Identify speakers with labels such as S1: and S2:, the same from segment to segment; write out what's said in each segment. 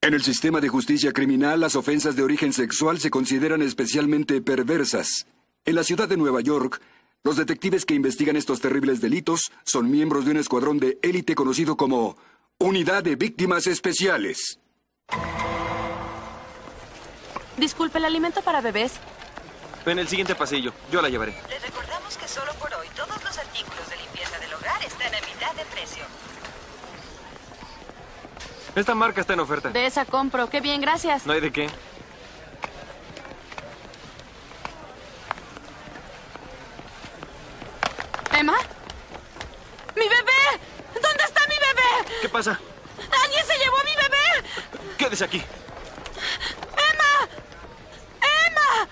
S1: En el sistema de justicia criminal, las ofensas de origen sexual se consideran especialmente perversas. En la ciudad de Nueva York, los detectives que investigan estos terribles delitos son miembros de un escuadrón de élite conocido como Unidad de Víctimas Especiales.
S2: Disculpe, ¿el alimento para bebés?
S3: En el siguiente pasillo, yo la llevaré.
S4: Les recordamos que solo por hoy todos los artículos de limpieza del hogar están a mitad de precio.
S3: Esta marca está en oferta.
S2: De esa compro. Qué bien, gracias.
S3: No hay de qué.
S2: ¿Emma? ¡Mi bebé! ¿Dónde está mi bebé?
S3: ¿Qué pasa?
S2: ¡Alguien se llevó a mi bebé!
S3: Quédese aquí.
S2: ¡Emma! ¡Emma!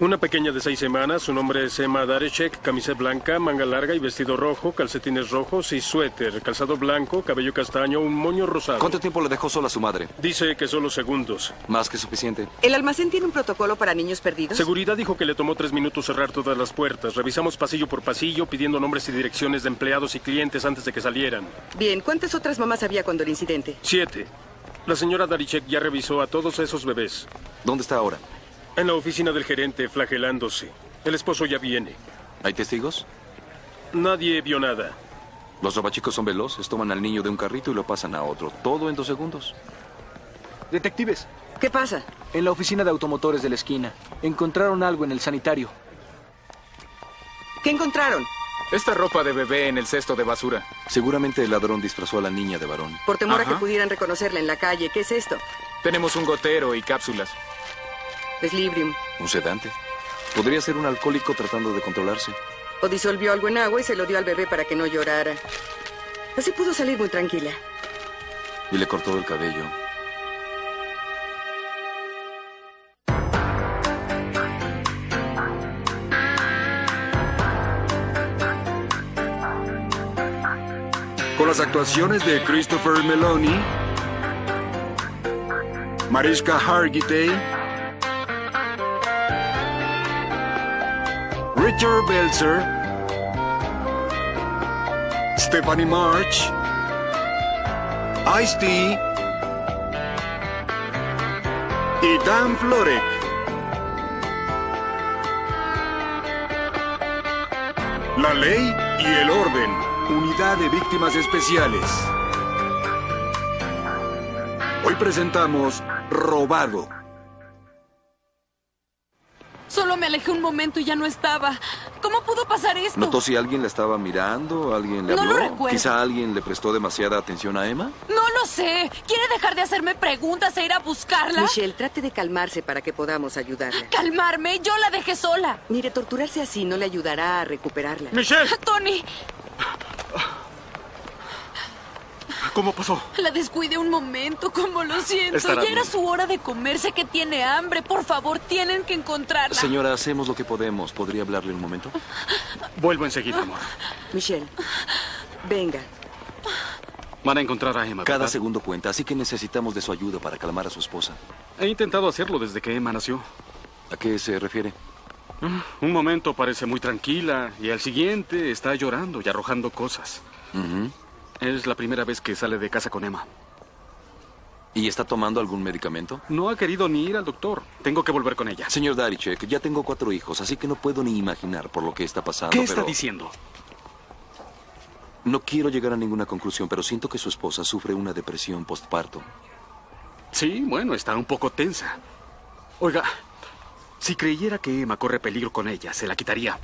S5: Una pequeña de seis semanas, su nombre es Emma Darechek, camisa blanca, manga larga y vestido rojo, calcetines rojos y suéter, calzado blanco, cabello castaño, un moño rosado.
S6: ¿Cuánto tiempo le dejó sola su madre?
S5: Dice que solo segundos.
S6: Más que suficiente.
S4: ¿El almacén tiene un protocolo para niños perdidos?
S5: Seguridad dijo que le tomó tres minutos cerrar todas las puertas. Revisamos pasillo por pasillo, pidiendo nombres y direcciones de empleados y clientes antes de que salieran.
S4: Bien, ¿cuántas otras mamás había cuando el incidente?
S5: Siete. La señora Daricek ya revisó a todos esos bebés.
S6: ¿Dónde está ahora?
S5: En la oficina del gerente, flagelándose. El esposo ya viene.
S6: ¿Hay testigos?
S5: Nadie vio nada.
S6: Los robachicos son veloces, toman al niño de un carrito y lo pasan a otro. Todo en dos segundos.
S7: Detectives,
S4: ¿Qué pasa?
S7: en la oficina de automotores de la esquina, encontraron algo en el sanitario.
S4: ¿Qué encontraron?
S8: Esta ropa de bebé en el cesto de basura.
S6: Seguramente el ladrón disfrazó a la niña de varón.
S4: Por temor a
S8: Ajá.
S4: que pudieran reconocerla en la calle, ¿qué es esto?
S8: Tenemos un gotero y cápsulas.
S4: Es Librium.
S6: ¿Un sedante? Podría ser un alcohólico tratando de controlarse.
S4: O disolvió algo en agua y se lo dio al bebé para que no llorara. Así pudo salir muy tranquila.
S6: Y le cortó el cabello.
S1: Con las actuaciones de Christopher Meloni, Mariska Hargitay, Richard Belzer, Stephanie March, Ice-T y Dan Florek. La ley y el orden. Unidad de Víctimas Especiales. Hoy presentamos Robado.
S2: Solo me alejé un momento y ya no estaba. ¿Cómo pudo pasar esto?
S4: Oh.
S6: ¿Notó si alguien la estaba mirando? ¿Alguien le
S2: No
S6: habló?
S2: lo recuerdo.
S6: ¿Quizá alguien le prestó demasiada atención a Emma?
S2: No lo sé. ¿Quiere dejar de hacerme preguntas e ir a buscarla?
S4: Michelle, trate de calmarse para que podamos ayudarla.
S2: Calmarme, yo la dejé sola.
S4: Mire, torturarse así no le ayudará a recuperarla.
S5: ¡Michelle!
S2: Tony,
S5: ¿Cómo pasó?
S2: la descuide un momento, como lo siento.
S3: Estará
S2: ya era
S3: bien.
S2: su hora de comerse que tiene hambre. Por favor, tienen que encontrarla.
S6: Señora, hacemos lo que podemos. ¿Podría hablarle un momento?
S5: Vuelvo enseguida, amor.
S4: Michelle, venga.
S5: Van a encontrar a Emma.
S6: Cada
S5: ¿verdad?
S6: segundo cuenta, así que necesitamos de su ayuda para calmar a su esposa.
S5: He intentado hacerlo desde que Emma nació.
S6: ¿A qué se refiere?
S7: Mm.
S5: Un momento parece muy tranquila y al siguiente está llorando y arrojando cosas.
S6: Ujú.
S5: Es la primera vez que sale de casa con Emma.
S6: ¿Y está tomando algún medicamento?
S5: No ha querido ni ir al doctor. Tengo que volver con ella.
S6: Señor Darichek, ya tengo cuatro hijos, así que no puedo ni imaginar por lo que está pasando.
S5: ¿Qué está
S6: pero
S5: diciendo?
S6: No quiero llegar a ninguna conclusión, pero siento que su esposa sufre una depresión postparto.
S5: Sí, bueno, está un poco tensa. Oiga, si creyera que Emma corre peligro con ella, se la quitaría.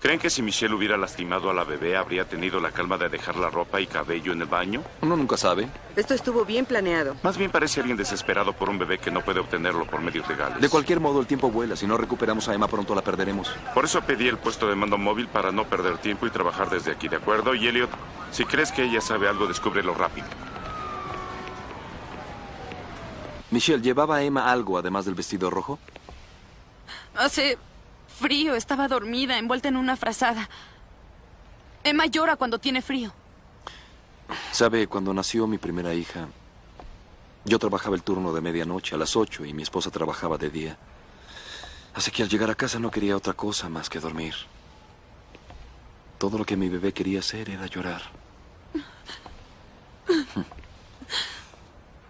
S9: ¿Creen que si Michelle hubiera lastimado a la bebé, habría tenido la calma de dejar la ropa y cabello en el baño?
S6: Uno nunca sabe.
S4: Esto estuvo bien planeado.
S9: Más bien parece alguien desesperado por un bebé que no puede obtenerlo por medios legales.
S6: De cualquier modo, el tiempo vuela. Si no recuperamos a Emma, pronto la perderemos.
S9: Por eso pedí el puesto de mando móvil para no perder tiempo y trabajar desde aquí, ¿de acuerdo? Y Elliot, si crees que ella sabe algo, descúbrelo rápido.
S6: Michelle, ¿llevaba a Emma algo además del vestido rojo?
S2: Hace frío, estaba dormida, envuelta en una frazada. Emma llora cuando tiene frío.
S6: Sabe, cuando nació mi primera hija, yo trabajaba el turno de medianoche a las ocho y mi esposa trabajaba de día. Así que al llegar a casa no quería otra cosa más que dormir. Todo lo que mi bebé quería hacer era llorar.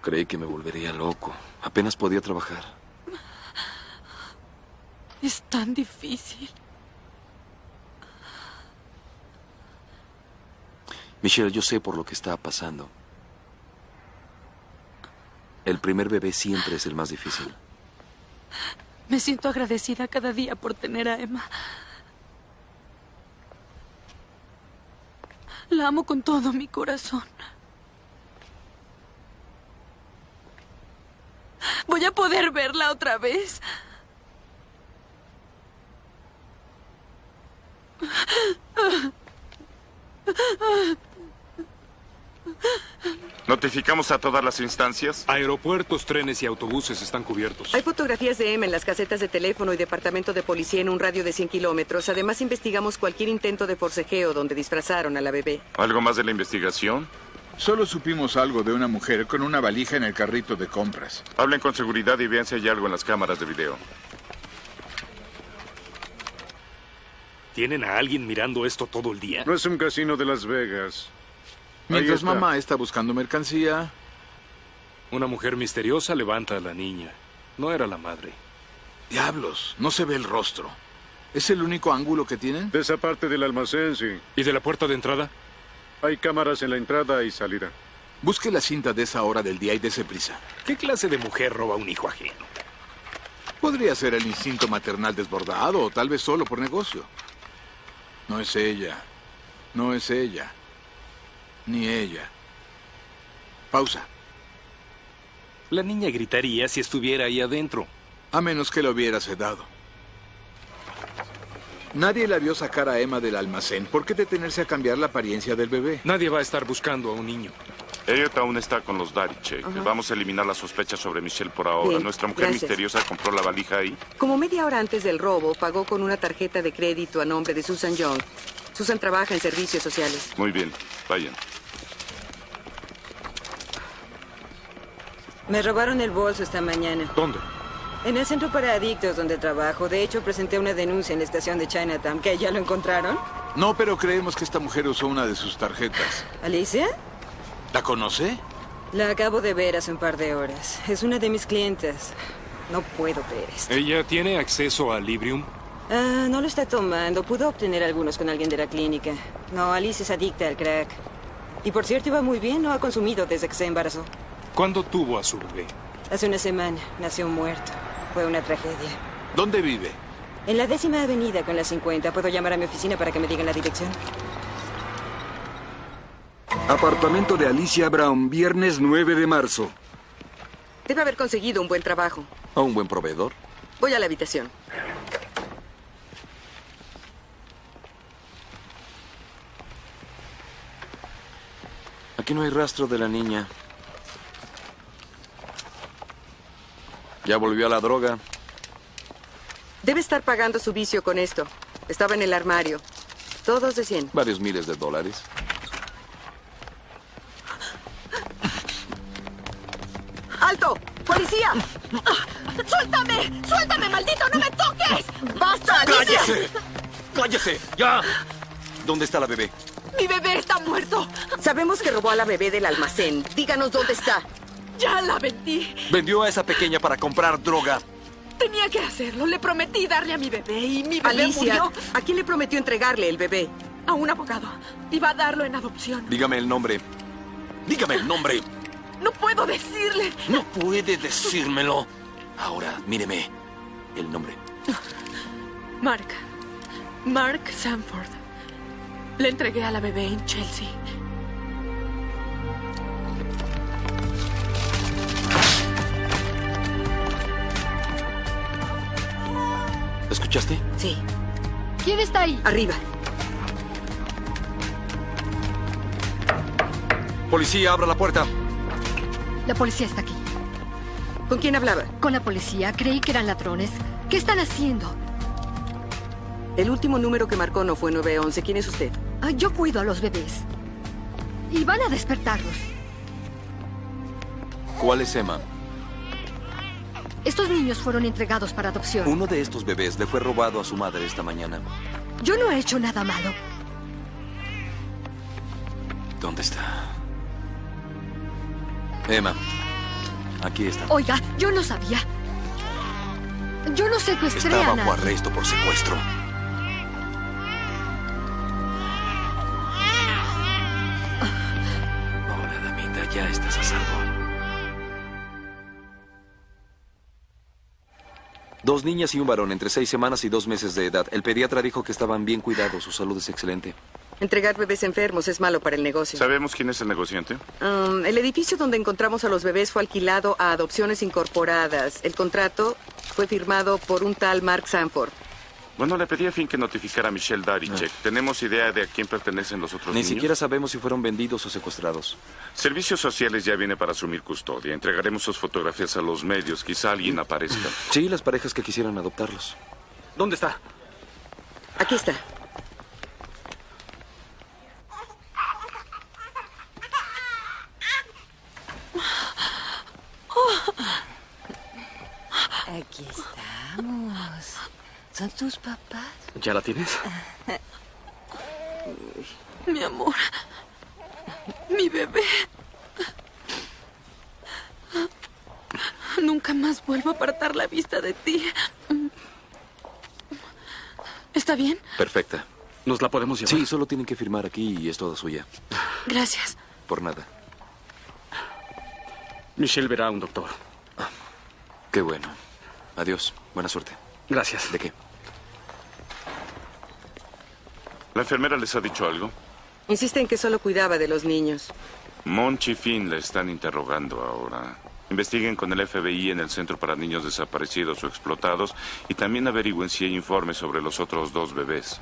S6: Creí que me volvería loco. Apenas podía trabajar.
S2: Es tan difícil.
S6: Michelle, yo sé por lo que está pasando. El primer bebé siempre es el más difícil.
S2: Me siento agradecida cada día por tener a Emma. La amo con todo mi corazón. Voy a poder verla otra vez.
S9: Notificamos a todas las instancias.
S10: Aeropuertos, trenes y autobuses están cubiertos.
S4: Hay fotografías de Emma en las casetas de teléfono y departamento de policía en un radio de 100 kilómetros. Además, investigamos cualquier intento de forcejeo donde disfrazaron a la bebé.
S9: ¿Algo más de la investigación?
S11: Solo supimos algo de una mujer con una valija en el carrito de compras.
S9: Hablen con seguridad y vean si hay algo en las cámaras de video.
S10: ¿Tienen a alguien mirando esto todo el día?
S12: No es un casino de Las Vegas.
S10: Ahí
S12: Mientras
S10: está.
S12: mamá está buscando mercancía,
S10: Una mujer misteriosa levanta a la niña. No era la madre.
S12: diablos, no se ve el rostro. ¿Es el único ángulo que tienen?
S10: De esa parte del almacén, sí. ¿Y de la puerta de entrada?
S12: Hay cámaras en la entrada y salida. Busque la cinta de esa hora del día y dése prisa.
S10: ¿Qué clase de mujer roba un hijo ajeno?
S12: Podría ser el instinto maternal desbordado o tal vez solo por negocio. No es ella. No es ella. Ni ella. Pausa.
S10: La niña gritaría si estuviera ahí adentro.
S12: A menos que lo hubiera sedado. Nadie la vio sacar a Emma del almacén. ¿Por qué detenerse a cambiar la apariencia del bebé?
S10: Nadie va a estar buscando a un niño.
S9: Elliot aún está con los Darichek.
S4: Ajá.
S9: Vamos a eliminar las sospechas sobre Michelle por ahora.
S4: Bien,
S9: Nuestra mujer
S4: gracias.
S9: misteriosa compró la valija ahí.
S4: Como media hora antes del robo, pagó con una tarjeta de crédito a nombre de Susan Young. Susan trabaja en servicios sociales.
S9: Muy bien, vayan.
S13: Me robaron el bolso esta mañana.
S10: ¿Dónde?
S13: En el centro para adictos donde trabajo. De hecho, presenté una denuncia en la estación de Chinatown. ¿Que ya lo encontraron?
S12: No, pero creemos que esta mujer usó una de sus tarjetas.
S13: ¿Alicia?
S12: ¿La conoce?
S13: La acabo de ver hace un par de horas. Es una de mis clientes. No puedo ver esto.
S10: ¿Ella tiene acceso a Librium?
S13: Ah, no lo está tomando. Pudo obtener algunos con alguien de la clínica. No, Alice es adicta al crack. Y por cierto, iba muy bien. No ha consumido desde que se embarazó.
S10: ¿Cuándo tuvo a su bebé?
S13: Hace una semana nació muerto. Fue una tragedia.
S12: ¿Dónde vive?
S13: En la décima avenida con la 50. ¿Puedo llamar a mi oficina para que me digan la dirección?
S1: Apartamento de Alicia Brown, viernes 9 de marzo.
S4: Debe haber conseguido un buen trabajo.
S6: ¿A un buen proveedor?
S4: Voy a la habitación.
S6: Aquí no hay rastro de la niña. Ya volvió a la droga.
S4: Debe estar pagando su vicio con esto. Estaba en el armario. Todos de 100.
S6: Varios miles de dólares.
S4: ¡Alto! ¡Policía!
S3: ¡Suéltame! ¡Suéltame, maldito! ¡No me toques! ¡Basta, Alicia!
S14: ¡Cállese! ¡Cállese! ¡Ya! ¿Dónde está la bebé?
S4: ¡Mi bebé está muerto! Sabemos que robó a la bebé del almacén. Díganos dónde está.
S3: Ya la vendí.
S14: Vendió a esa pequeña para comprar droga.
S3: Tenía que hacerlo. Le prometí darle a mi bebé y mi bebé
S4: Alicia,
S3: murió
S4: ¿a quién le prometió entregarle el bebé?
S3: a un abogado. Iba a darlo en adopción.
S14: Dígame el nombre. Dígame el nombre.
S3: No puedo decirle.
S14: No puede decírmelo. Ahora, míreme. El nombre.
S3: Mark. Mark Sanford. Le entregué a la bebé en Chelsea.
S6: ¿Escuchaste?
S4: Sí.
S3: ¿Quién está ahí?
S4: Arriba.
S14: Policía, abra la puerta.
S15: La policía está aquí.
S4: ¿Con quién hablaba?
S15: Con la policía. Creí que eran ladrones. ¿Qué están haciendo?
S4: El último número que marcó no fue 911. ¿Quién es usted?
S15: Ah, yo cuido a los bebés. Y van a despertarlos.
S6: ¿Cuál es Emma?
S15: Estos niños fueron entregados para adopción.
S6: Uno de estos bebés le fue robado a su madre esta mañana.
S15: Yo no he hecho nada malo.
S6: ¿Dónde está? Emma, Aquí está.
S15: Oiga, yo no sabía. Yo no secuestré
S16: Está
S15: a
S16: bajo
S15: nadie.
S16: arresto por secuestro. Hola, damita, ya estás a salvo.
S6: Dos niñas y un varón entre seis semanas y dos meses de edad. El pediatra dijo que estaban bien cuidados. Su salud es excelente.
S4: Entregar bebés enfermos es malo para el negocio.
S9: ¿Sabemos quién es el negociante?
S4: Um, el edificio donde encontramos a los bebés fue alquilado a Adopciones Incorporadas. El contrato fue firmado por un tal Mark Sanford.
S9: Bueno, le pedí a Finn que notificara a Michelle Darichek. ¿Tenemos idea de a quién pertenecen los otros
S6: Ah. Ni
S9: niños?
S6: siquiera sabemos si fueron vendidos o secuestrados.
S9: Servicios Sociales ya viene para asumir custodia. Entregaremos sus fotografías a los medios. Quizá alguien aparezca.
S6: Sí, las parejas que quisieran adoptarlos.
S3: ¿Dónde está?
S4: Aquí está.
S17: Aquí estamos. ¿Son tus papás?
S3: ¿Ya la tienes?
S13: Mi amor. Mi bebé. Nunca más vuelvo a apartar la vista de ti. ¿Está bien?
S6: Perfecta.
S10: ¿Nos la podemos llevar?
S6: Sí, solo tienen que firmar aquí y es toda suya.
S13: Gracias.
S6: Por nada.
S10: Michelle verá a un doctor.
S6: Qué bueno. Adiós. Buena suerte.
S10: Gracias.
S6: ¿De qué?
S9: ¿La enfermera les ha dicho algo?
S4: Insiste en que solo cuidaba de los niños.
S9: Monchi y Finn le están interrogando ahora. Investiguen con el FBI en el Centro para Niños Desaparecidos o Explotados y también averigüen si hay informes sobre los otros dos bebés.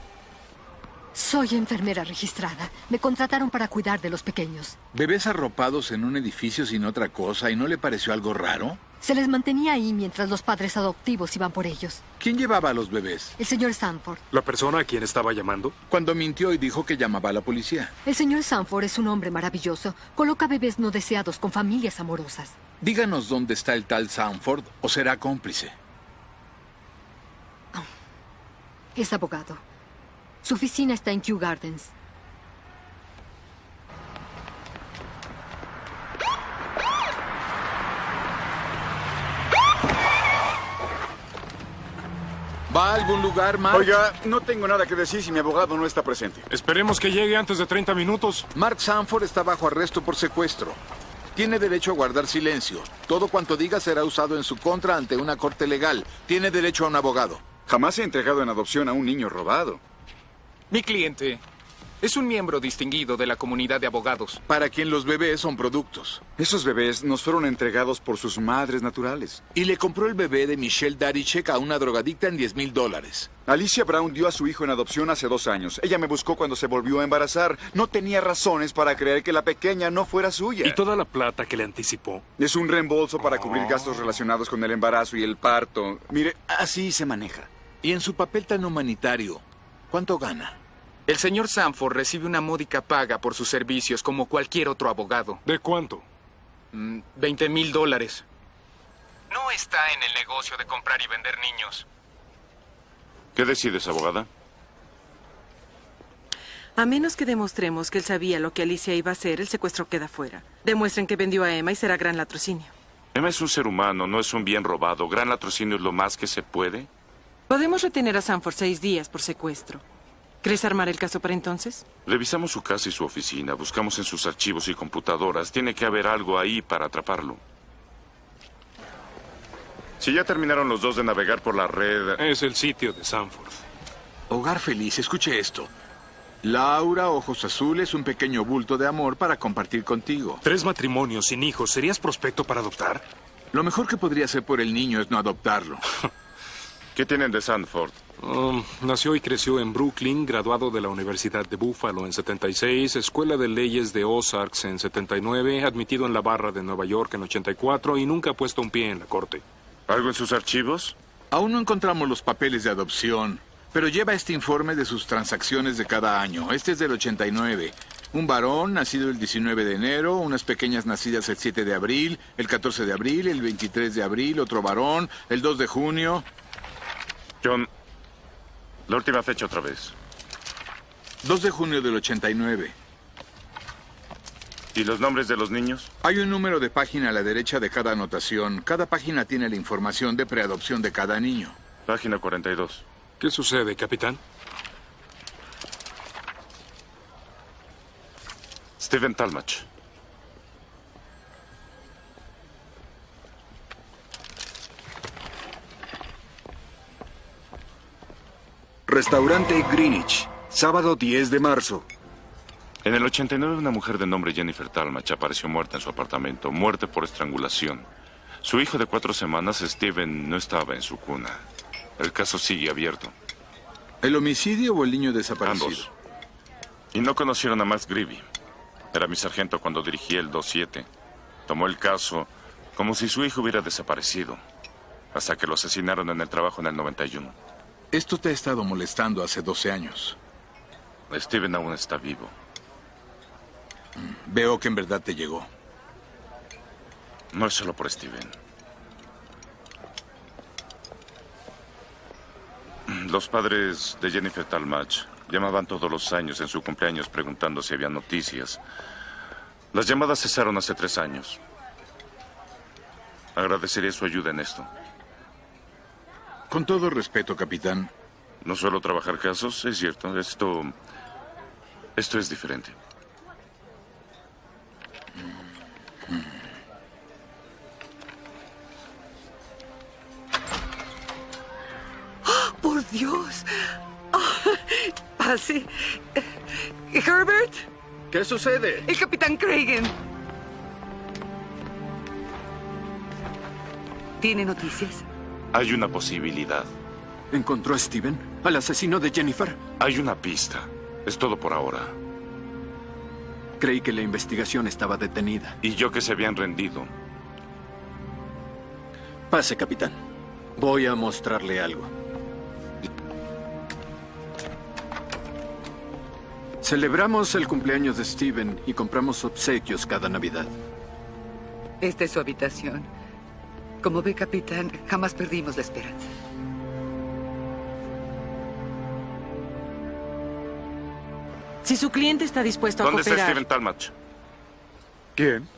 S15: Soy enfermera registrada. Me contrataron para cuidar de los pequeños.
S12: ¿Bebés arropados en un edificio sin otra cosa y no le pareció algo raro?
S15: Se les mantenía ahí mientras los padres adoptivos iban por ellos.
S12: ¿Quién llevaba a los bebés?
S15: El señor Sanford.
S12: ¿La persona a quien estaba llamando? Cuando mintió y dijo que llamaba a la policía.
S15: El señor Sanford es un hombre maravilloso. Coloca bebés no deseados con familias amorosas.
S12: Díganos dónde está el tal Sanford o será cómplice.
S15: Es abogado. Su oficina está en Kew Gardens.
S18: ¿Va a algún lugar, Mark?
S19: Oiga, no tengo nada que decir si mi abogado no está presente.
S18: Esperemos que llegue antes de 30 minutos. Mark Sanford está bajo arresto por secuestro. Tiene derecho a guardar silencio. Todo cuanto diga será usado en su contra ante una corte legal. Tiene derecho a un abogado.
S19: Jamás he entregado en adopción a un niño robado. Mi cliente es un miembro distinguido de la comunidad de abogados.
S18: Para quien los bebés son productos.
S19: Esos bebés nos fueron entregados por sus madres naturales.
S18: Y le compró el bebé de Michelle Darichek a una drogadicta en 10 mil dólares.
S19: Alicia Brown dio a su hijo en adopción hace dos años. Ella me buscó cuando se volvió a embarazar. No tenía razones para creer que la pequeña no fuera suya.
S10: Y toda la plata que le anticipó. Oh.
S19: Es un reembolso para cubrir gastos relacionados con el embarazo y el parto. Mire, así se maneja.
S18: Y en su papel tan humanitario, ¿cuánto gana?
S8: El señor Sanford recibe una módica paga por sus servicios como cualquier otro abogado.
S10: ¿De cuánto?
S8: 20 mil dólares.
S19: No está en el negocio de comprar y vender niños.
S9: ¿Qué decides, abogada?
S20: A menos que demostremos que él sabía lo que Alicia iba a hacer, el secuestro queda fuera. Demuestren que vendió a Emma y será gran latrocinio.
S9: Emma ¿Em es un ser humano, no es un bien robado. Gran latrocinio es lo más que se puede.
S20: Podemos retener a Sanford seis días por secuestro. ¿Crees armar el caso para entonces?
S9: Revisamos su casa y su oficina, buscamos en sus archivos y computadoras. Tiene que haber algo ahí para atraparlo. Si ya terminaron los dos de navegar por la red...
S10: Es el sitio de Sanford.
S12: Hogar feliz, escuche esto. Laura, ojos azules, un pequeño bulto de amor para compartir contigo.
S10: Tres matrimonios sin hijos. ¿Serías prospecto para adoptar?
S12: Lo mejor que podría hacer por el niño es no adoptarlo.
S9: ¿Qué tienen de Sanford?
S10: Um, nació y creció en Brooklyn, graduado de la Universidad de Buffalo en 76, Escuela de Leyes de Ozarks en 79, admitido en la barra de Nueva York en 84 y nunca ha puesto un pie en la corte.
S9: ¿Algo en sus archivos?
S12: Aún no encontramos los papeles de adopción, pero lleva este informe de sus transacciones de cada año. Este es del 89. Un varón nacido el 19 de enero, unas pequeñas nacidas el 7 de abril, el 14 de abril, el 23 de abril, otro varón, el 2 de junio.
S9: John, la última fecha otra vez.
S12: 2 de junio del 89.
S9: ¿Y ¿Y los nombres de los niños?
S12: Hay un número de página a la derecha de cada anotación. Cada página tiene la información de preadopción de cada niño.
S9: Página 42.
S10: ¿Qué sucede, capitán?
S9: Steven Talmach.
S1: Restaurante Greenwich, sábado 10 de marzo.
S9: En el 89, una mujer de nombre Jennifer Talmach apareció muerta en su apartamento, muerte por estrangulación. Su hijo de cuatro semanas, Steven, no estaba en su cuna. El caso sigue abierto.
S12: ¿El homicidio o el niño desaparecido?
S9: Ambos. Y no conocieron a Max Greevy. Era mi sargento cuando dirigí el 2-7. Tomó el caso como si su hijo hubiera desaparecido, hasta que lo asesinaron en el trabajo en el 91.
S12: Esto te ha estado molestando hace 12 años.
S9: Steven aún está vivo.
S12: Veo que en verdad te llegó.
S9: No es solo por Steven. Los padres de Jennifer Talmach llamaban todos los años en su cumpleaños preguntando si había noticias. Las llamadas cesaron hace tres años. Agradecería su ayuda en esto.
S12: Con todo respeto, capitán.
S9: No suelo trabajar casos, es cierto. Esto. Esto es diferente.
S17: ¡Oh, ¡Por Dios! Ah, pase. Eh, Herbert,
S5: ¿Qué sucede?
S17: el capitán Cragen.
S21: ¿Tiene noticias?
S9: Hay una posibilidad.
S21: ¿Encontró a Steven? ¿Al asesino de Jennifer?
S9: Hay una pista. Es todo por ahora.
S21: Creí que la investigación estaba detenida.
S9: Y yo que se habían rendido.
S21: Pase, capitán. Voy a mostrarle algo. Celebramos el cumpleaños de Steven y compramos obsequios cada Navidad. Esta es su habitación.
S17: Como ve, capitán, jamás perdimos la esperanza.
S20: Si su cliente está dispuesto a
S9: ¿Dónde está
S20: cooperar,
S9: Steven Talmach?
S12: ¿Quién?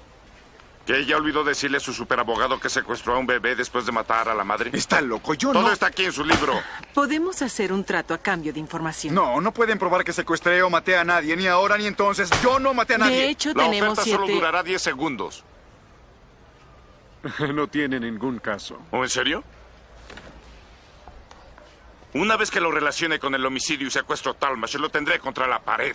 S9: Que ella olvidó decirle a su superabogado que secuestró a un bebé después de matar a la madre.
S12: Está loco, yo
S9: Todo
S12: no-
S9: está aquí en su libro.
S20: podemos hacer un trato a cambio de información.
S19: No, no pueden probar que secuestré o maté a nadie, ni ahora ni entonces. Yo no maté a
S20: De
S19: nadie.
S20: hecho,
S9: la
S20: tenemos
S9: oferta solo
S20: siete-
S9: durará 10 segundos.
S5: No tiene ningún caso.
S9: ¿O en serio? Una vez que lo relacione con el homicidio y secuestro Talmach, lo tendré contra la pared.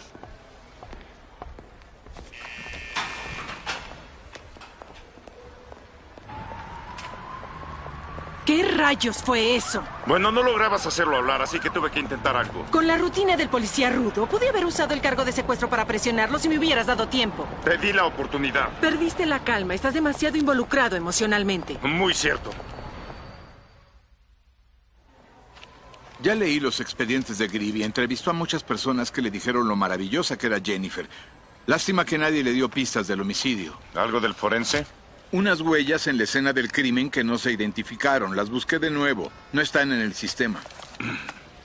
S20: ¿Qué rayos fue eso?
S9: Bueno, no lograbas hacerlo hablar, así que tuve que intentar algo.
S20: Con la rutina del policía rudo, pude haber usado el cargo de secuestro para presionarlo si me hubieras dado tiempo.
S9: Te di la oportunidad.
S20: Perdiste la calma, estás demasiado involucrado emocionalmente.
S9: Muy cierto.
S12: Ya leí los expedientes de Greevy. Entrevistó a muchas personas que le dijeron lo maravillosa que era Jennifer. Lástima que nadie le dio pistas del homicidio.
S9: ¿Algo del forense?
S12: Unas huellas en la escena del crimen que no se identificaron. Las busqué de nuevo. No están en el sistema.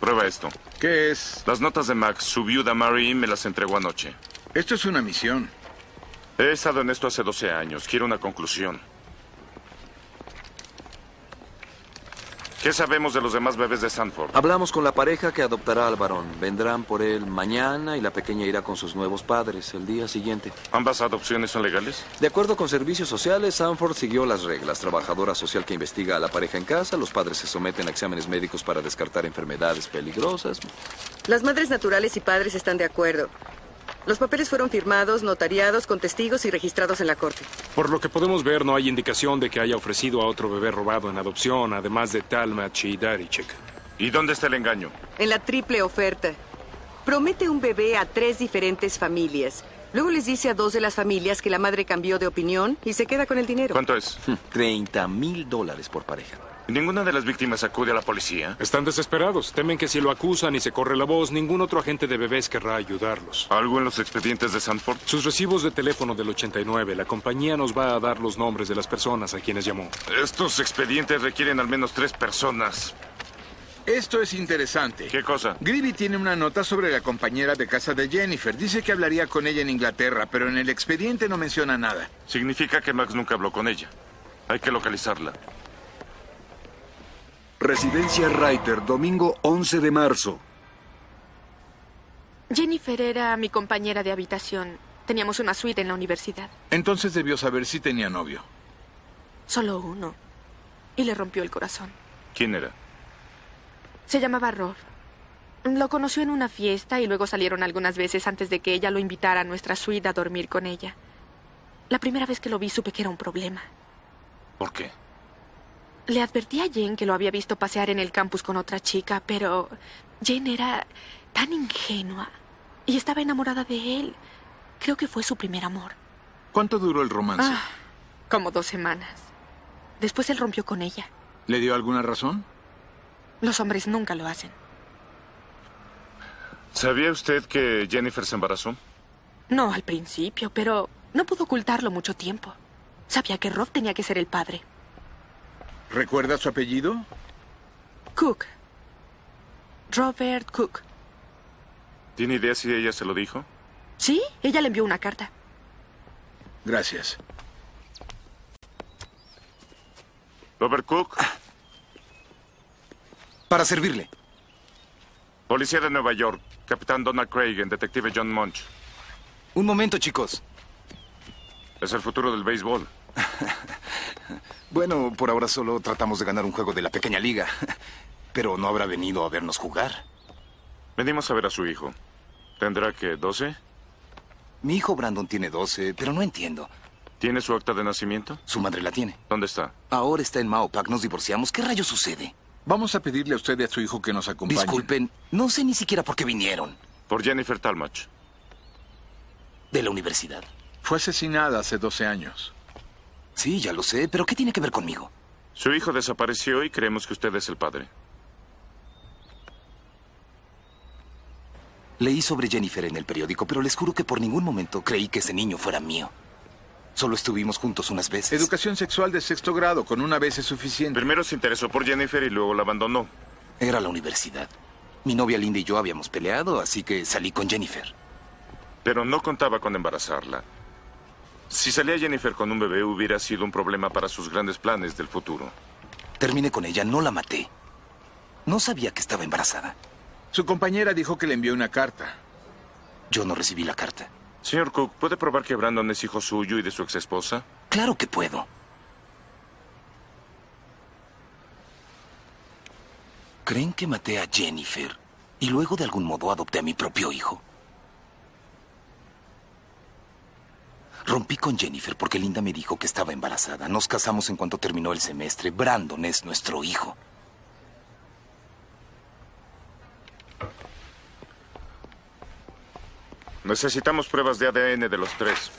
S9: Prueba esto.
S12: ¿Qué es?
S9: Las notas de Max, su viuda Mary, me las entregó anoche.
S12: Esto es una misión.
S9: He estado en esto hace 12 años. Quiero una conclusión. ¿Qué sabemos de los demás bebés de Sanford?
S6: Hablamos con la pareja que adoptará al varón. Vendrán por él mañana y la pequeña irá con sus nuevos padres el día siguiente.
S9: ¿Ambas adopciones son legales?
S6: De acuerdo con servicios sociales, Sanford siguió las reglas. Trabajadora social que investiga a la pareja en casa, los padres se someten a exámenes médicos para descartar enfermedades peligrosas.
S4: Las madres naturales y padres están de acuerdo. Los papeles fueron firmados, notariados, con testigos y registrados en la corte.
S10: Por lo que podemos ver, no hay indicación de que haya ofrecido a otro bebé robado en adopción, además de Talmach y Darichek.
S9: ¿Y dónde está el engaño?
S4: En la triple oferta, promete un bebé a tres diferentes familias. Luego les dice a dos de las familias que la madre cambió de opinión y se queda con el dinero.
S9: ¿Cuánto es?
S6: 30 mil dólares por pareja.
S9: ¿Ninguna de las víctimas acude a la policía?
S10: Están desesperados. Temen que si lo acusan y se corre la voz, ningún otro agente de bebés querrá ayudarlos.
S9: ¿Algo en los expedientes de Sanford?
S10: Sus recibos de teléfono del 89. La compañía nos va a dar los nombres de las personas a quienes llamó.
S9: Estos expedientes requieren al menos tres personas.
S12: Esto es interesante.
S9: ¿Qué cosa?
S12: Greeby tiene una nota sobre la compañera de casa de Jennifer. Dice que hablaría con ella en Inglaterra, pero en el expediente no menciona nada.
S9: Significa que Max nunca habló con ella. Hay que localizarla.
S1: Residencia Reiter, domingo 11 de marzo.
S2: Jennifer era mi compañera de habitación. Teníamos una suite en la universidad.
S12: Entonces debió saber si tenía novio.
S2: Solo uno. Y le rompió el corazón.
S9: ¿Quién era?
S2: Se llamaba Rob. Lo conoció en una fiesta y luego salieron algunas veces antes de que ella lo invitara a nuestra suite a dormir con ella. La primera vez que lo vi supe que era un problema.
S9: ¿Por qué?
S2: Le advertí a Jane que lo había visto pasear en el campus con otra chica, pero Jane era tan ingenua y estaba enamorada de él. Creo que fue su primer amor.
S12: ¿Cuánto duró el romance?
S2: Ah, como dos semanas. Después él rompió con ella.
S12: ¿Le dio alguna razón?
S2: Los hombres nunca lo hacen.
S9: ¿Sabía usted que Jennifer se embarazó?
S2: No al principio, pero no pudo ocultarlo mucho tiempo. Sabía que Rob tenía que ser el padre.
S12: ¿Recuerda su apellido?
S2: Cook. Robert Cook.
S9: ¿Tiene idea si ella se lo dijo?
S2: Sí, ella le envió una carta.
S12: Gracias.
S9: Robert Cook.
S14: Ah. Para servirle.
S9: Policía de Nueva York. Capitán Donald Craig, en detective John Munch.
S14: Un momento, chicos.
S9: Es el futuro del béisbol.
S14: Bueno, por ahora solo tratamos de ganar un juego de la pequeña liga. Pero no habrá venido a vernos jugar.
S9: Venimos a ver a su hijo. ¿Tendrá que 12?
S14: Mi hijo Brandon tiene 12, pero no entiendo.
S9: ¿Tiene su acta de nacimiento?
S14: Su madre la tiene.
S9: ¿Dónde está?
S14: Ahora está en Maopac, nos divorciamos. ¿Qué rayos sucede?
S12: Vamos a pedirle a usted y a su hijo que nos acompañe.
S14: Disculpen, no sé ni siquiera por qué vinieron.
S9: Por Jennifer Talmach.
S14: De la universidad.
S12: Fue asesinada hace 12 años.
S14: Sí, ya lo sé, pero ¿qué tiene que ver conmigo?
S9: Su hijo desapareció y creemos que usted es el padre.
S14: Leí sobre Jennifer en el periódico, pero les juro que por ningún momento creí que ese niño fuera mío. Solo estuvimos juntos unas veces.
S12: Educación sexual de sexto grado, con una vez es suficiente.
S9: Primero se interesó por Jennifer y luego la abandonó.
S14: Era la universidad. Mi novia Linda y yo habíamos peleado, así que salí con Jennifer.
S9: Pero no contaba con embarazarla. Si salía Jennifer con un bebé hubiera sido un problema para sus grandes planes del futuro.
S14: Terminé con ella, no la maté. No sabía que estaba embarazada.
S12: Su compañera dijo que le envió una carta.
S14: Yo no recibí la carta.
S9: Señor Cook, ¿puede probar que Brandon es hijo suyo y de su exesposa?
S14: Claro que puedo. ¿Creen que maté a Jennifer y luego de algún modo adopté a mi propio hijo? Rompí con Jennifer porque Linda me dijo que estaba embarazada. Nos casamos en cuanto terminó el semestre. Brandon es nuestro hijo.
S9: Necesitamos pruebas de ADN de los tres.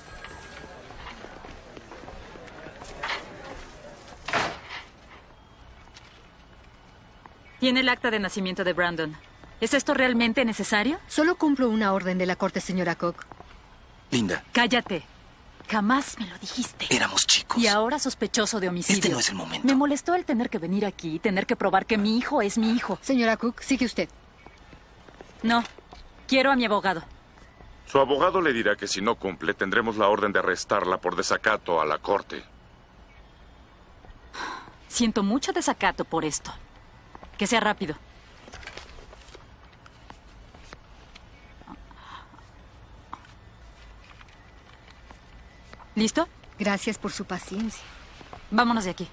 S22: Tiene el acta de nacimiento de Brandon. ¿Es esto realmente necesario?
S15: Solo cumplo una orden de la corte, señora Cook.
S14: Linda.
S22: Cállate. Jamás me lo dijiste.
S14: Éramos chicos.
S22: Y ahora sospechoso de homicidio.
S14: Este no es el momento.
S22: Me molestó el tener que venir aquí y tener que probar que mi hijo es mi hijo.
S15: Señora Cook, sigue usted.
S22: No. Quiero a mi abogado.
S9: Su abogado le dirá que si no cumple, tendremos la orden de arrestarla por desacato a la corte.
S22: Siento mucho desacato por esto. Que sea rápido. ¿Listo?
S15: Gracias por su paciencia.
S22: Vámonos de aquí.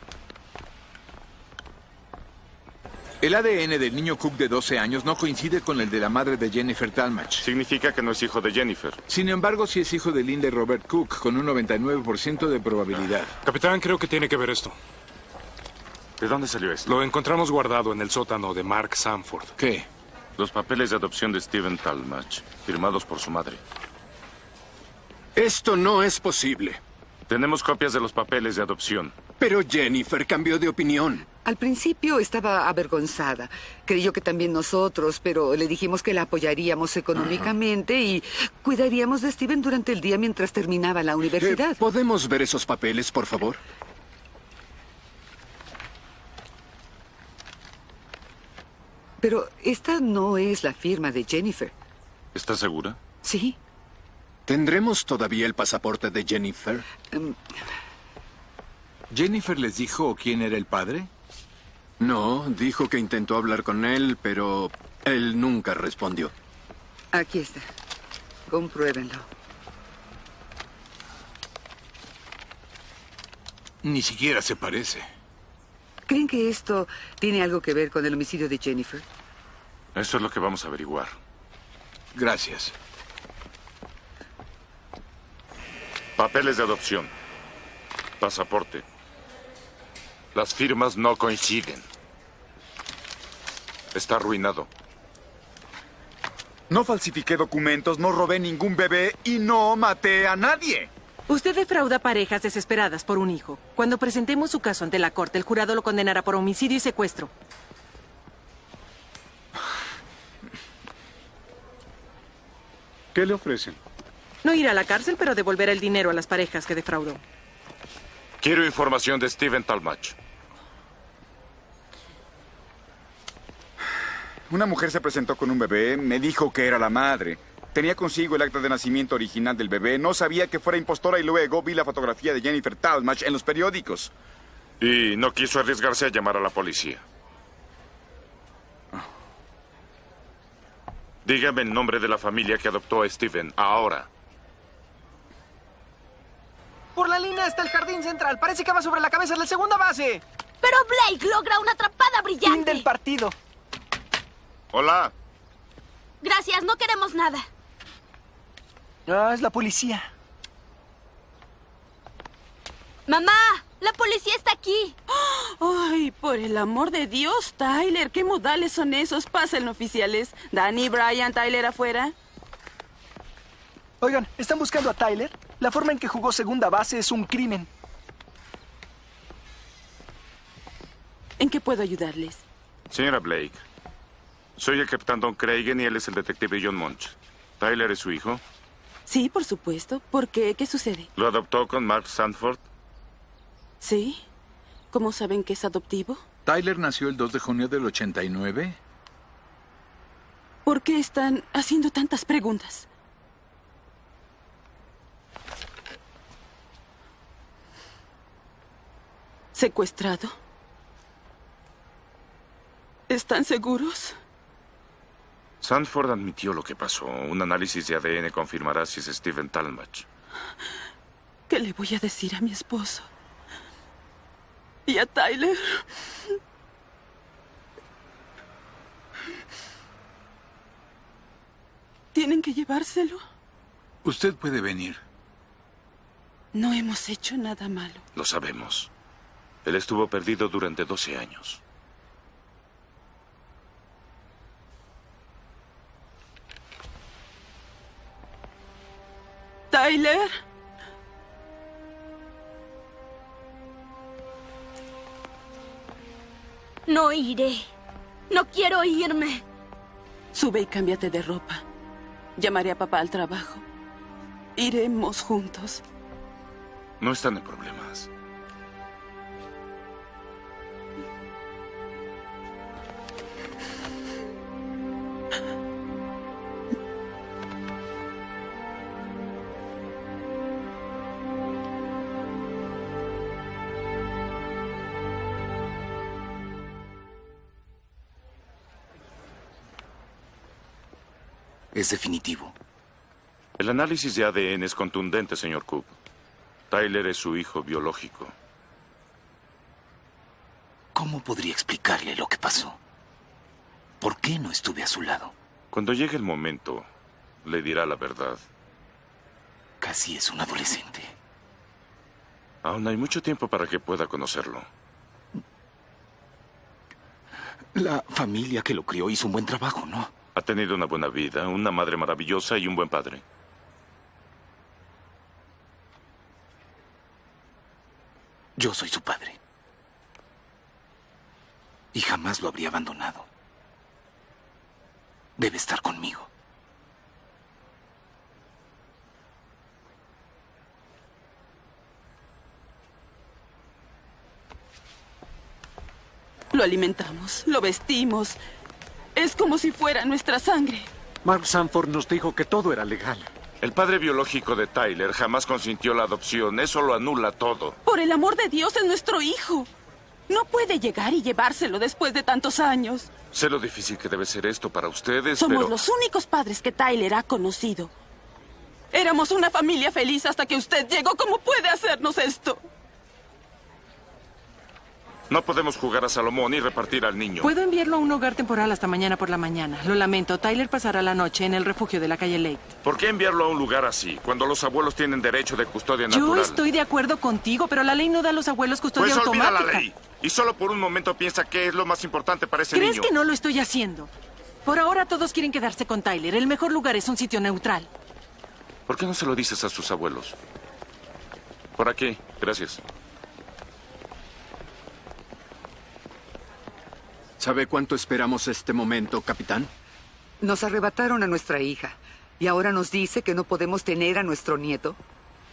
S12: El ADN del niño Cook de 12 años no coincide con el de la madre de Jennifer Talmach.
S9: Significa que no es hijo de Jennifer.
S12: Sin embargo, sí es hijo de Linda y Robert Cook, con un 99% de probabilidad.
S10: Capitán, creo que tiene que ver esto.
S9: ¿De dónde salió esto?
S10: Lo encontramos guardado en el sótano de Mark Sanford.
S12: ¿Qué?
S9: Los papeles de adopción de Steven Talmach, firmados por su madre.
S23: Esto no es posible.
S9: Tenemos copias de los papeles de adopción.
S23: Pero Jennifer cambió de opinión.
S17: Al principio estaba avergonzada. Creyó que también nosotros, pero le dijimos que la apoyaríamos económicamente y cuidaríamos de Steven durante el día mientras terminaba la universidad.
S23: Eh, ¿Podemos ver esos papeles, por favor?
S17: Pero esta no es la firma de Jennifer.
S9: ¿Estás segura?
S17: Sí.
S23: ¿Tendremos todavía el pasaporte de Jennifer?
S17: Em,
S12: ¿Jennifer les dijo quién era el padre?
S23: No, dijo que intentó hablar con él, pero él nunca respondió.
S17: Aquí está. Compruébenlo.
S12: Ni siquiera se parece.
S17: ¿Creen que esto tiene algo que ver con el homicidio de Jennifer?
S9: Eso es lo que vamos a averiguar.
S12: Gracias.
S9: Papeles de adopción. Pasaporte. Las firmas no coinciden. Está arruinado.
S19: No falsifiqué documentos, no robé ningún bebé y no maté a nadie.
S20: Usted defrauda parejas desesperadas por un hijo. Cuando presentemos su caso ante la corte, el jurado lo condenará por homicidio y secuestro.
S5: ¿Qué le ofrecen?
S20: No irá a la cárcel, pero devolverá el dinero a las parejas que defraudó.
S9: Quiero información de Steven Talmach.
S19: Una mujer se presentó con un bebé, me dijo que era la madre. Tenía consigo el acta de nacimiento original del bebé, no sabía que fuera impostora y luego vi la fotografía de Jennifer Talmach en los periódicos.
S9: Y no quiso arriesgarse a llamar a la policía. Dígame el nombre de la familia que adoptó a Steven ahora.
S2: Por la línea está el jardín central. Parece que va sobre la cabeza de la segunda base.
S7: Pero Blake logra una atrapada brillante.
S2: Fin del partido.
S9: Hola.
S7: Gracias, no queremos nada.
S2: Ah, es la policía.
S7: ¡Mamá! ¡La policía está aquí!
S24: Ay, por el amor de Dios, Tyler, ¿qué modales son esos? Pasen, oficiales. Danny, Brian, Tyler afuera.
S2: Oigan, ¿están buscando a Tyler? La forma en que jugó segunda base es un crimen.
S24: ¿En qué puedo ayudarles?
S9: Señora Blake, soy el capitán Don Craigen y él es el detective John Munch. ¿Tyler es su hijo?
S24: Sí, por supuesto. ¿Por qué? ¿Qué sucede?
S9: ¿Lo adoptó con Mark Sanford?
S24: Sí. ¿Cómo saben que es adoptivo?
S12: Tyler nació el 2 de junio del 89.
S24: ¿Por qué están haciendo tantas preguntas? ¿Secuestrado? ¿Están seguros?
S9: Sanford admitió lo que pasó. Un análisis de ADN confirmará si es Steven Talmach.
S24: ¿Qué le voy a decir a mi esposo? ¿Y a Tyler? ¿Tienen que llevárselo?
S12: Usted puede venir.
S24: No hemos hecho nada malo.
S9: Lo sabemos. Él estuvo perdido durante 12 años.
S24: Tyler.
S7: No iré. No quiero irme.
S24: Sube y cámbiate de ropa. Llamaré a papá al trabajo. Iremos juntos.
S9: No están en problemas.
S14: Es definitivo.
S9: El análisis de ADN es contundente, señor Coop. Tyler es su hijo biológico.
S14: ¿Cómo podría explicarle lo que pasó? ¿Por qué no estuve a su lado?
S9: Cuando llegue el momento, le dirá la verdad.
S14: Casi es un adolescente.
S9: Aún hay mucho tiempo para que pueda conocerlo.
S14: La familia que lo crió hizo un buen trabajo, ¿no?
S9: Ha tenido una buena vida, una madre maravillosa y un buen padre.
S14: Yo soy su padre. Y jamás lo habría abandonado. Debe estar conmigo.
S24: Lo alimentamos, lo vestimos, Es como si fuera nuestra sangre.
S3: Mark Sanford nos dijo que todo era legal.
S9: El padre biológico de Tyler jamás consintió la adopción. Eso lo anula todo.
S24: Por el amor de Dios, es nuestro hijo. No puede llegar y llevárselo después de tantos años.
S9: Sé lo difícil que debe ser esto para ustedes,
S24: Somos
S9: pero...
S24: los únicos padres que Tyler ha conocido. Éramos una familia feliz hasta que usted llegó. ¿Cómo puede hacernos esto?
S9: No podemos jugar a Salomón y repartir al niño.
S20: Puedo enviarlo a un hogar temporal hasta mañana por la mañana. Lo lamento, Tyler pasará la noche en el refugio de la calle Lake.
S9: ¿Por qué enviarlo a un lugar así, cuando los abuelos tienen derecho de custodia
S20: Yo
S9: natural?
S20: estoy de acuerdo contigo, pero la ley no da a los abuelos custodia
S9: Pues olvida la
S20: automática.
S9: ley. Y solo por un momento piensa qué es lo más importante para ese
S20: ¿Crees
S9: niño.
S20: que no lo estoy haciendo? Por ahora todos quieren quedarse con Tyler. El mejor lugar es un sitio neutral.
S9: ¿Por qué no se lo dices a sus abuelos? Por aquí, gracias.
S23: ¿Sabe cuánto esperamos este momento, capitán?
S17: Nos arrebataron a nuestra hija y ahora nos dice que no podemos tener a nuestro nieto.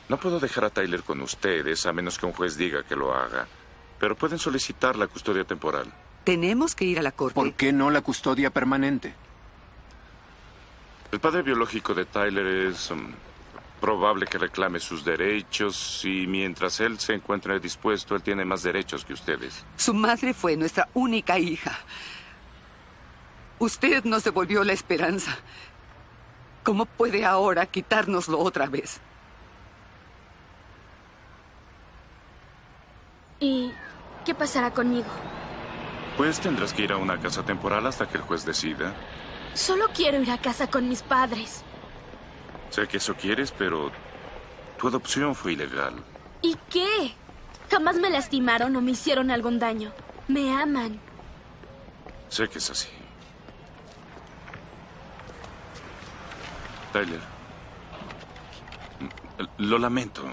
S9: No puedo dejar a Tyler con ustedes a menos que un juez diga que lo haga. Pero pueden solicitar la custodia temporal.
S17: Tenemos que ir a la corte.
S23: ¿Por qué no la custodia permanente?
S9: El padre biológico de Tyler es mm, probable que reclame sus derechos y mientras él se encuentre dispuesto, él tiene más derechos que ustedes.
S17: Su madre fue nuestra única hija. Usted nos devolvió la esperanza. ¿Cómo puede ahora quitárnoslo otra vez?
S7: ¿Y qué pasará conmigo?
S9: Pues tendrás que ir a una casa temporal hasta que el juez decida.
S7: Solo quiero ir a casa con mis padres.
S9: Sé que eso quieres, pero tu adopción fue ilegal.
S7: ¿Y qué? Jamás me lastimaron o me hicieron algún daño. Me aman.
S9: Sé que es así. Tyler. Lo lamento.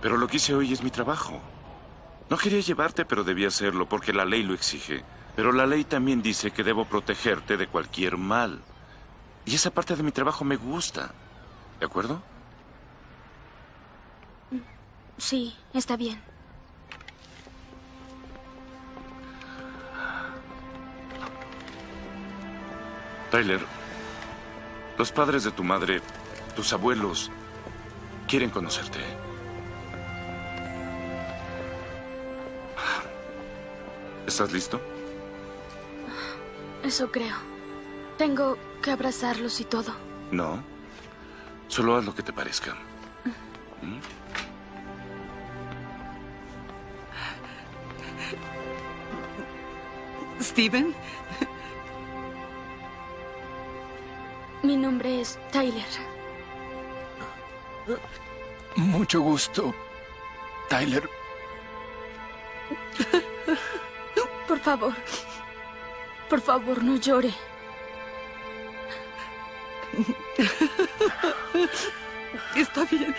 S9: Pero lo que hice hoy es mi trabajo. No quería llevarte, pero debía hacerlo porque la ley lo exige. Pero la ley también dice que debo protegerte de cualquier mal. Y esa parte de mi trabajo me gusta. ¿De acuerdo?
S7: Sí, está bien.
S9: Tyler, los padres de tu madre, tus abuelos, quieren conocerte. ¿Estás listo?
S7: Eso creo. Tengo que abrazarlos y todo.
S9: No. Solo haz lo que te parezca. ¿Mm?
S17: Steven,
S7: Mi nombre es Tyler.
S21: Mucho gusto, Tyler.
S7: Por favor. Por favor, no llore.
S17: está bien.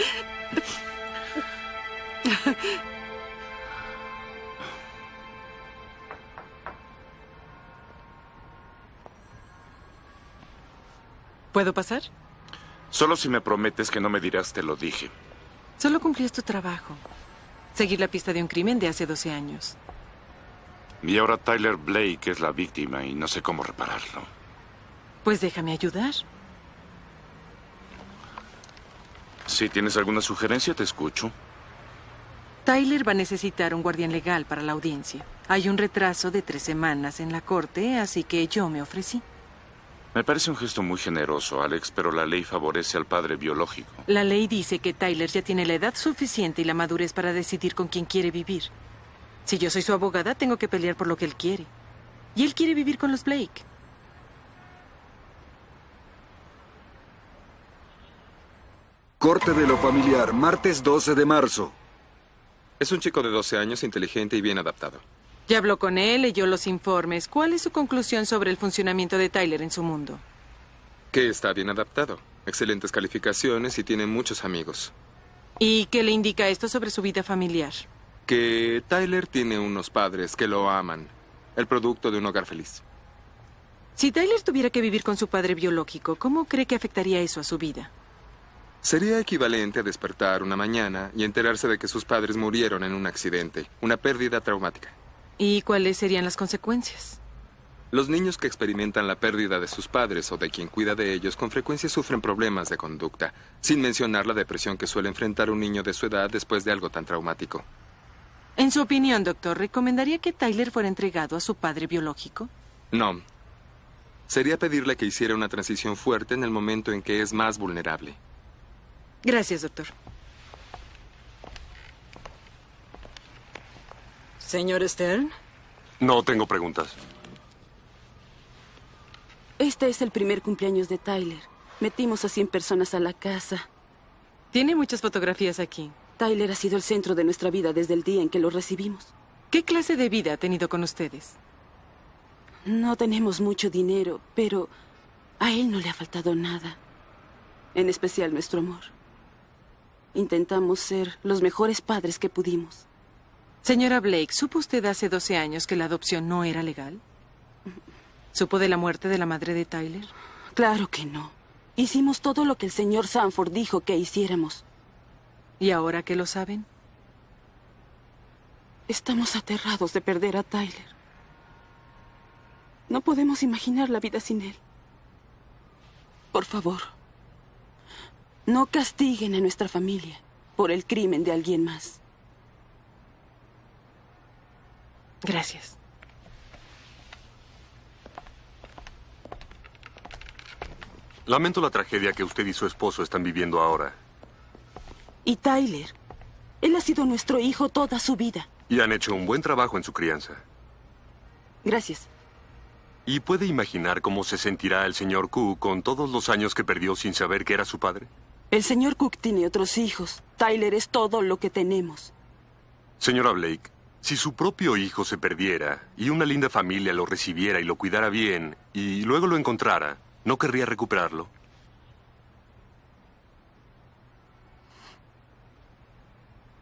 S20: ¿Puedo pasar?
S9: Solo si me prometes que no me dirás te lo dije.
S20: Solo cumplías tu trabajo. Seguir la pista de un crimen de hace 12 años.
S9: Y ahora Tyler Blake es la víctima y no sé cómo repararlo.
S20: Pues déjame ayudar.
S9: Si tienes alguna sugerencia, te escucho.
S20: Tyler va a necesitar un guardián legal para la audiencia. Hay un retraso de tres semanas en la corte, así que yo me ofrecí.
S9: Me parece un gesto muy generoso, Alex, pero la ley favorece al padre biológico.
S20: La ley dice que Tyler ya tiene la edad suficiente y la madurez para decidir con quién quiere vivir. Si yo soy su abogada, tengo que pelear por lo que él quiere. Y él quiere vivir con los Blake.
S1: Corte de lo familiar, martes 12 de marzo.
S18: Es un chico de 12 años, inteligente y bien adaptado.
S20: Ya habló con él, leyó los informes. ¿Cuál es su conclusión sobre el funcionamiento de Tyler en su mundo?
S18: Que está bien adaptado, excelentes calificaciones y tiene muchos amigos.
S20: ¿Y qué le indica esto sobre su vida familiar?
S18: Que Tyler tiene unos padres que lo aman, el producto de un hogar feliz.
S20: Si Tyler tuviera que vivir con su padre biológico, ¿cómo cree que afectaría eso a su vida?
S18: Sería equivalente a despertar una mañana y enterarse de que sus padres murieron en un accidente, una pérdida traumática.
S20: ¿Y cuáles serían las consecuencias?
S18: Los niños que experimentan la pérdida de sus padres o de quien cuida de ellos con frecuencia sufren problemas de conducta, sin mencionar la depresión que suele enfrentar un niño de su edad después de algo tan traumático.
S20: En su opinión, doctor, ¿recomendaría que Tyler fuera entregado a su padre biológico?
S18: No. Sería pedirle que hiciera una transición fuerte en el momento en que es más vulnerable.
S20: Gracias, doctor.
S4: Señor Stern,
S8: No tengo preguntas.
S24: Este es el primer cumpleaños de Tyler. Metimos a 100 personas a la casa.
S20: Tiene muchas fotografías aquí.
S24: Tyler ha sido el centro de nuestra vida desde el día en que lo recibimos.
S20: ¿Qué clase de vida ha tenido con ustedes?
S24: No tenemos mucho dinero, pero a él no le ha faltado nada. En especial nuestro amor. Intentamos ser los mejores padres que pudimos.
S20: Señora Blake, ¿supo usted hace 12 años que la adopción no era legal? ¿Supo de la muerte de la madre de Tyler?
S24: Claro que no. Hicimos todo lo que el señor Sanford dijo que hiciéramos.
S20: ¿Y ahora que lo saben?
S24: Estamos aterrados de perder a Tyler. No podemos imaginar la vida sin él. Por favor, no castiguen a nuestra familia por el crimen de alguien más.
S20: Gracias.
S8: Lamento la tragedia que usted y su esposo están viviendo ahora.
S24: Y Tyler, él ha sido nuestro hijo toda su vida.
S8: Y han hecho un buen trabajo en su crianza.
S24: Gracias.
S8: ¿Y puede imaginar cómo se sentirá el señor Q con todos los años que perdió sin saber que era su padre?
S24: El señor Cook tiene otros hijos. Tyler es todo lo que tenemos.
S8: Señora Blake, si su propio hijo se perdiera y una linda familia lo recibiera y lo cuidara bien y luego lo encontrara, ¿no querría recuperarlo?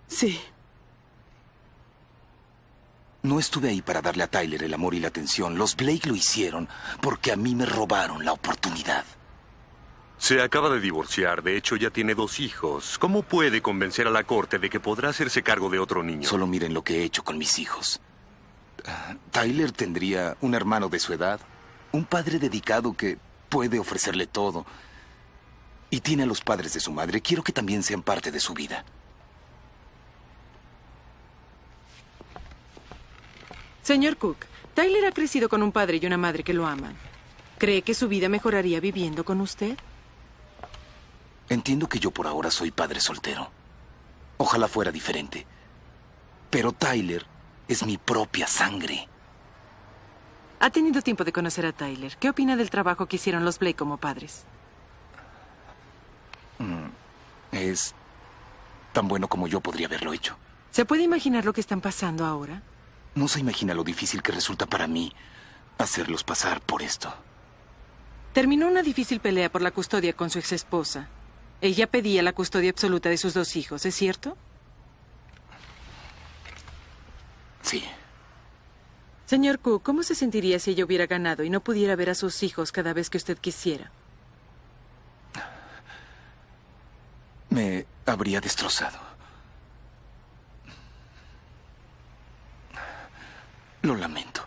S24: Sí.
S14: No estuve ahí para darle a Tyler el amor y la atención. Los Blake lo hicieron porque a mí me robaron la oportunidad.
S8: Se acaba de divorciar, de hecho ya tiene dos hijos. ¿Cómo puede convencer a la corte de que podrá hacerse cargo de otro niño?
S14: Solo miren lo que he hecho con mis hijos. Ah, Tyler tendría un hermano de su edad, un padre dedicado que puede ofrecerle todo. Y tiene a los padres de su madre. Quiero que también sean parte de su vida.
S20: Señor Cook, Tyler ha crecido con un padre y una madre que lo aman. ¿Cree que su vida mejoraría viviendo con usted?
S14: Entiendo que yo por ahora soy padre soltero. Ojalá fuera diferente. Pero Tyler es mi propia sangre.
S20: Ha tenido tiempo de conocer a Tyler. ¿Qué opina del trabajo que hicieron los Blake como padres?
S14: Mm, Es tan bueno como yo podría haberlo hecho.
S20: ¿Se puede imaginar lo que están pasando ahora?
S14: No se imagina lo difícil que resulta para mí hacerlos pasar por esto.
S20: Terminó una difícil pelea por la custodia con su exesposa. Ella pedía la custodia absoluta de sus dos hijos, ¿es cierto?
S14: Sí.
S20: Señor Cook, ¿cómo se sentiría si ella hubiera ganado y no pudiera ver a sus hijos cada vez que usted quisiera?
S14: Me habría destrozado. Lo lamento.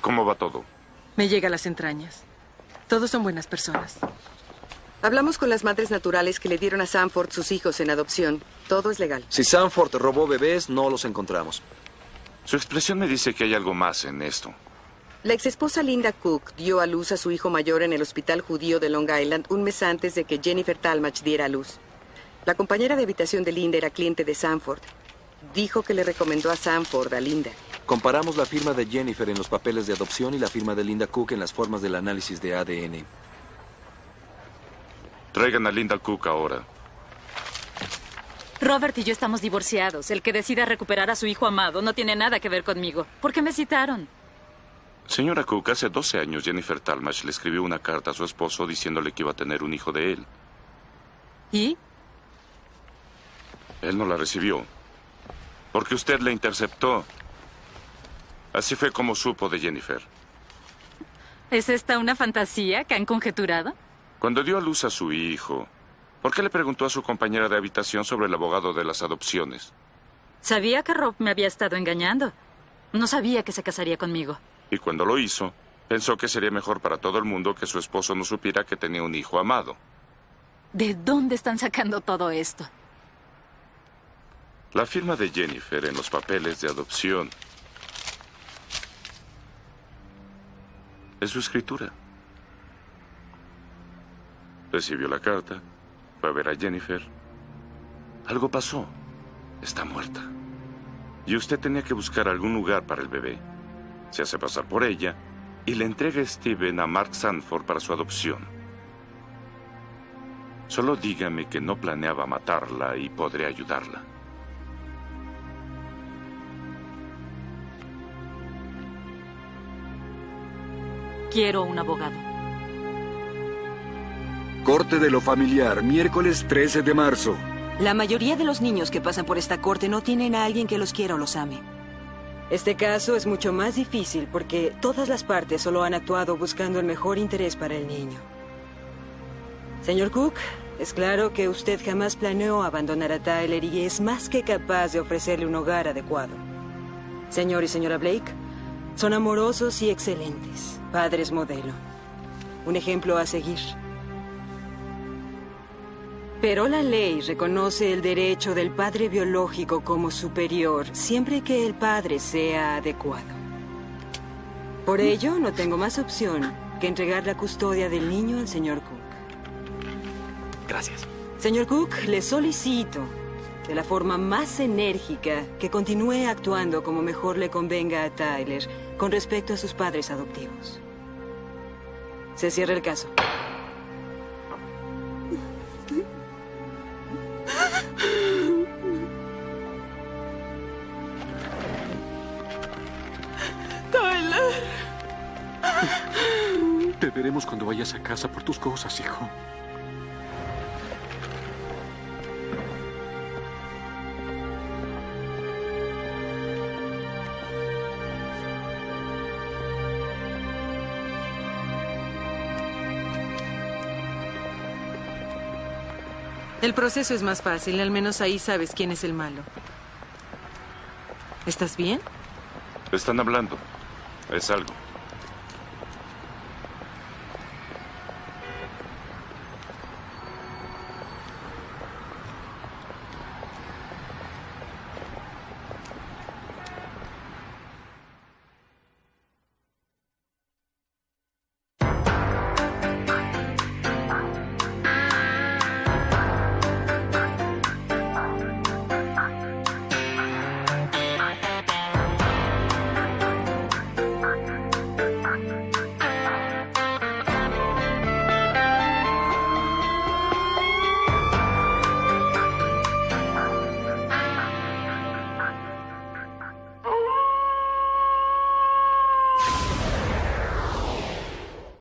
S9: ¿Cómo va todo?
S20: Me llega a las entrañas. Todos son buenas personas.
S16: Hablamos con las madres naturales que le dieron a Sanford sus hijos en adopción. Todo es legal.
S6: Si Sanford robó bebés, no los encontramos.
S9: Su expresión me dice que hay algo más en esto.
S16: La exesposa Linda Cook dio a luz a su hijo mayor en el hospital judío de Long Island un mes antes de que Jennifer Talmach diera a luz. La compañera de habitación de Linda era cliente de Sanford. Dijo que le recomendó a Sanford a Linda.
S6: Comparamos la firma de Jennifer en los papeles de adopción y la firma de Linda Cook en las formas del análisis de ADN.
S9: Traigan a Linda Cook ahora.
S4: Robert y yo estamos divorciados. El que decida recuperar a su hijo amado no tiene nada que ver conmigo. ¿Por qué me citaron?
S9: Señora Cook, hace 12 años Jennifer Talmadge le escribió una carta a su esposo diciéndole que iba a tener un hijo de él.
S4: ¿Y?
S9: Él no la recibió. Porque usted la interceptó. Así fue como supo de Jennifer.
S4: ¿Es esta una fantasía que han conjeturado?
S9: Cuando dio a luz a su hijo, ¿por qué le preguntó a su compañera de habitación sobre el abogado de las adopciones?
S4: Sabía que Rob me había estado engañando. No sabía que se casaría conmigo.
S9: Y cuando lo hizo, pensó que sería mejor para todo el mundo que su esposo no supiera que tenía un hijo amado.
S4: ¿De dónde están sacando todo esto?
S9: La firma de Jennifer en los papeles de adopción es su escritura. Recibió la carta, fue a ver a Jennifer. Algo pasó. Está muerta. Y usted tenía que buscar algún lugar para el bebé. Se hace pasar por ella y le entrega a Steven a Mark Sanford para su adopción. Solo dígame que no planeaba matarla y podré ayudarla.
S4: Quiero un abogado.
S1: Corte de lo familiar, miércoles 13 de marzo.
S13: La mayoría de los niños que pasan por esta corte no tienen a alguien que los quiera o los ame. Este caso es mucho más difícil porque todas las partes solo han actuado buscando el mejor interés para el niño. Señor Cook, es claro que usted jamás planeó abandonar a Tyler y es más que capaz de ofrecerle un hogar adecuado. Señor y señora Blake, son amorosos y excelentes, padres modelo. Un ejemplo a seguir. Pero la ley reconoce el derecho del padre biológico como superior siempre que el padre sea adecuado. Por ello, no tengo más opción que entregar la custodia del niño al señor Cook.
S15: Gracias.
S13: Señor Cook, le solicito de la forma más enérgica que continúe actuando como mejor le convenga a Tyler con respecto a sus padres adoptivos. Se cierra el caso.
S3: Tyler. Te veremos cuando vayas a casa por tus cosas, hijo.
S20: El proceso es más fácil, al menos ahí sabes quién es el malo. ¿Estás bien?
S9: Están hablando. Es algo.